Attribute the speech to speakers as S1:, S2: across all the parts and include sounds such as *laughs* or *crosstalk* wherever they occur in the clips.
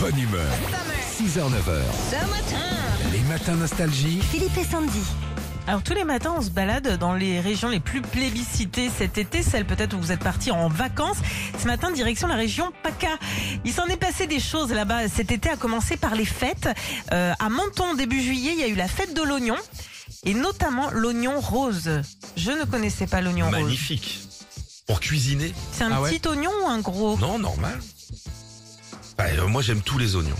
S1: bonne humeur. 6h, 9h. Les matins nostalgie.
S2: Philippe et Sandy.
S3: Alors tous les matins, on se balade dans les régions les plus plébiscitées cet été, celles peut-être où vous êtes partis en vacances. Ce matin, direction la région PACA. Il s'en est passé des choses là-bas cet été, à commencer par les fêtes. Euh, à Menton, début juillet, il y a eu la fête de l'oignon, et notamment l'oignon rose. Je ne connaissais pas l'oignon rose.
S4: Magnifique. Pour cuisiner
S3: C'est un
S1: Ah ouais
S3: petit oignon ou un gros
S4: Non, normal. Bah, euh, moi, j'aime tous les oignons.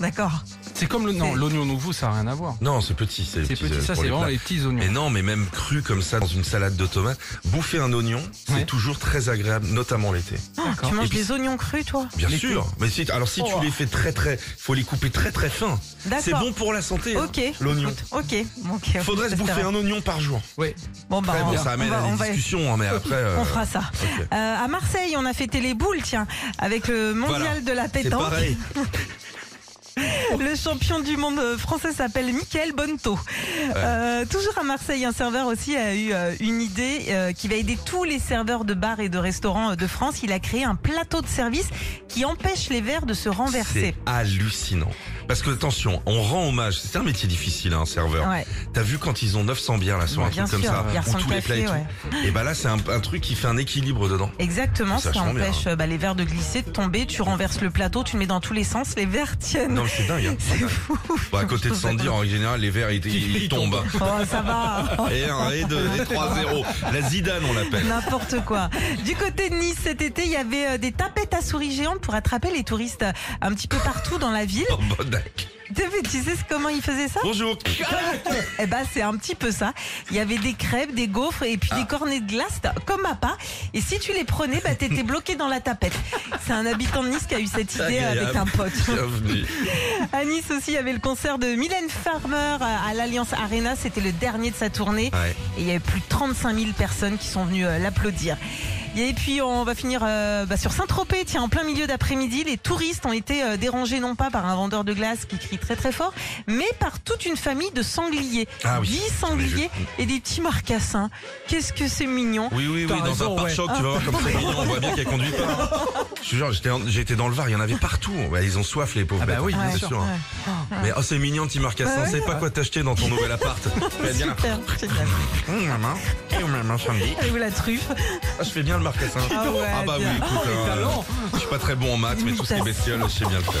S3: D'accord.
S5: C'est comme le non,
S3: C'est-
S5: l'oignon nouveau, ça n'a rien à voir.
S4: Non, c'est petit. C'est
S5: C'est
S4: petit,
S5: petit,
S4: euh,
S5: ça
S4: pour les
S5: c'est vraiment
S4: plats.
S5: les petits oignons.
S4: Mais non, mais même cru comme ça dans une salade de tomates, bouffer un oignon, c'est
S5: Ouais.
S4: toujours très agréable, notamment l'été.
S3: Oh,
S5: D'accord.
S3: tu
S4: Et
S3: manges
S4: puis-
S3: des oignons crus, toi
S4: Bien
S5: Les
S4: sûr. Mais si, alors si
S3: Oh.
S4: tu les fais très très, faut les couper très très fins. C'est
S3: D'accord.
S4: bon pour la santé. hein,
S3: Ok.
S4: L'oignon.
S3: Écoute, Ok. Ok.
S4: Faudrait se
S3: Ça, c'est
S4: bouffer
S3: vrai.
S4: un oignon par jour.
S5: Ouais.
S3: Bon bah,
S4: Après,
S3: on,
S4: bon, ça amène
S3: on va-
S4: à
S3: on
S4: des
S3: va-
S4: discussions, hein, mais après. euh,
S3: on fera ça.
S4: ok.
S3: Euh, à Marseille, on a fêté les boules, tiens, avec le mondial
S4: Voilà.
S3: de la
S4: C'est
S3: pétanque.
S4: pareil.
S3: *laughs* Le champion du monde euh, français s'appelle Michael Bonneto. Euh, toujours à Marseille, un serveur aussi a eu euh, une idée euh, qui va aider tous les serveurs de bars et de restaurants euh, de France. Il a créé un plateau de service qui empêche les verres de se renverser.
S4: C'est hallucinant. Parce que attention, on rend hommage. C'est un métier difficile, hein, un serveur.
S3: Ouais,
S4: T'as vu quand ils ont 900 bières là sur un
S3: Bah, bien
S4: truc
S3: sûr,
S4: comme ça,
S3: bière
S4: ou
S3: sans
S4: tous les plats
S3: café,
S4: et tout.
S3: ouais.
S4: Et bah là, c'est un, un truc qui fait un équilibre dedans.
S3: Exactement,
S4: C'est
S3: ça
S4: vachement bien,
S3: empêche euh, bah, les verres de glisser, de tomber, tu renverses le plateau, tu le mets dans tous les sens, les verres tiennent.
S4: Non, mais c'est dingue. hein.
S3: *laughs* C'est fou.
S4: Bon, à côté de Sandy, en général, les verts, ils,
S3: *laughs*
S4: ils- ils tombent.
S3: Oh, ça
S4: *laughs*
S3: va.
S4: Et 1, et 2, et 3, 0. La Zidane, on l'appelle.
S3: N'importe quoi. Du côté de Nice cet été, il y avait euh, des tapettes à souris géantes pour attraper les touristes euh, un petit peu partout dans la ville. *laughs*
S4: Oh, bon, d'accord.
S3: Tu sais- tu sais comment ils faisaient ça
S4: Bonjour.
S3: Eh ben c'est un petit peu ça. Il y avait des crêpes, des gaufres et puis des cornets de glace t'as- comme à pas. Et si tu les prenais, bah t'étais bloqué dans la tapette. C'est un habitant de Nice qui a eu cette idée
S4: Agréable.
S3: avec un pote.
S4: *laughs* Bienvenue.
S3: À Nice aussi, il y avait le concert de Mylène Farmer euh, à à l'Alliance Arena. C'était le dernier de sa tournée.
S4: Ouais.
S3: Et il y avait plus de 35 000 personnes qui sont venues euh, l'applaudir. Et puis on va finir euh, bah, sur Saint-Tropez, tiens, en plein milieu d'après-midi, les touristes ont été euh, dérangés non pas par un vendeur de glace qui crie très très fort, mais par toute une famille de sangliers.
S4: Ah oui,
S3: 10
S4: j'en ai vu.
S3: sangliers et des petits marcassins. Qu'est-ce que c'est mignon
S4: Oui, oui, oui,
S5: T'as
S4: dans
S5: raison,
S4: un
S5: ouais.
S4: pare-choc, tu vas voir comme c'est mignon, on voit bien qu'elle conduit pas.
S3: *laughs*
S4: Je te jure, j'étais en- j'étais dans le Var, il y en avait partout. Bah, ils ont soif, les pauvres.
S5: Ah bah
S4: bêtes,
S5: oui,
S4: hein,
S5: bien
S4: c'est
S5: sûr.
S4: hein. Mais oh, c'est mignon, petit Marcassin,
S3: Bah ouais.
S4: c'est pas quoi t'acheter dans ton
S3: *laughs*
S4: nouvel appart. Tu vas bien.
S3: Super, génial.
S4: Hum, maman. Hum, maman, samedi.
S3: Allez, vous la truffe.
S4: Ah, je fais bien le Marcassin.
S3: Ah ouais,
S4: bah oui,
S3: bien.
S4: écoute, hein, je suis pas très bon en maths, mais tout ce qui est bestiole, je sais bien le faire.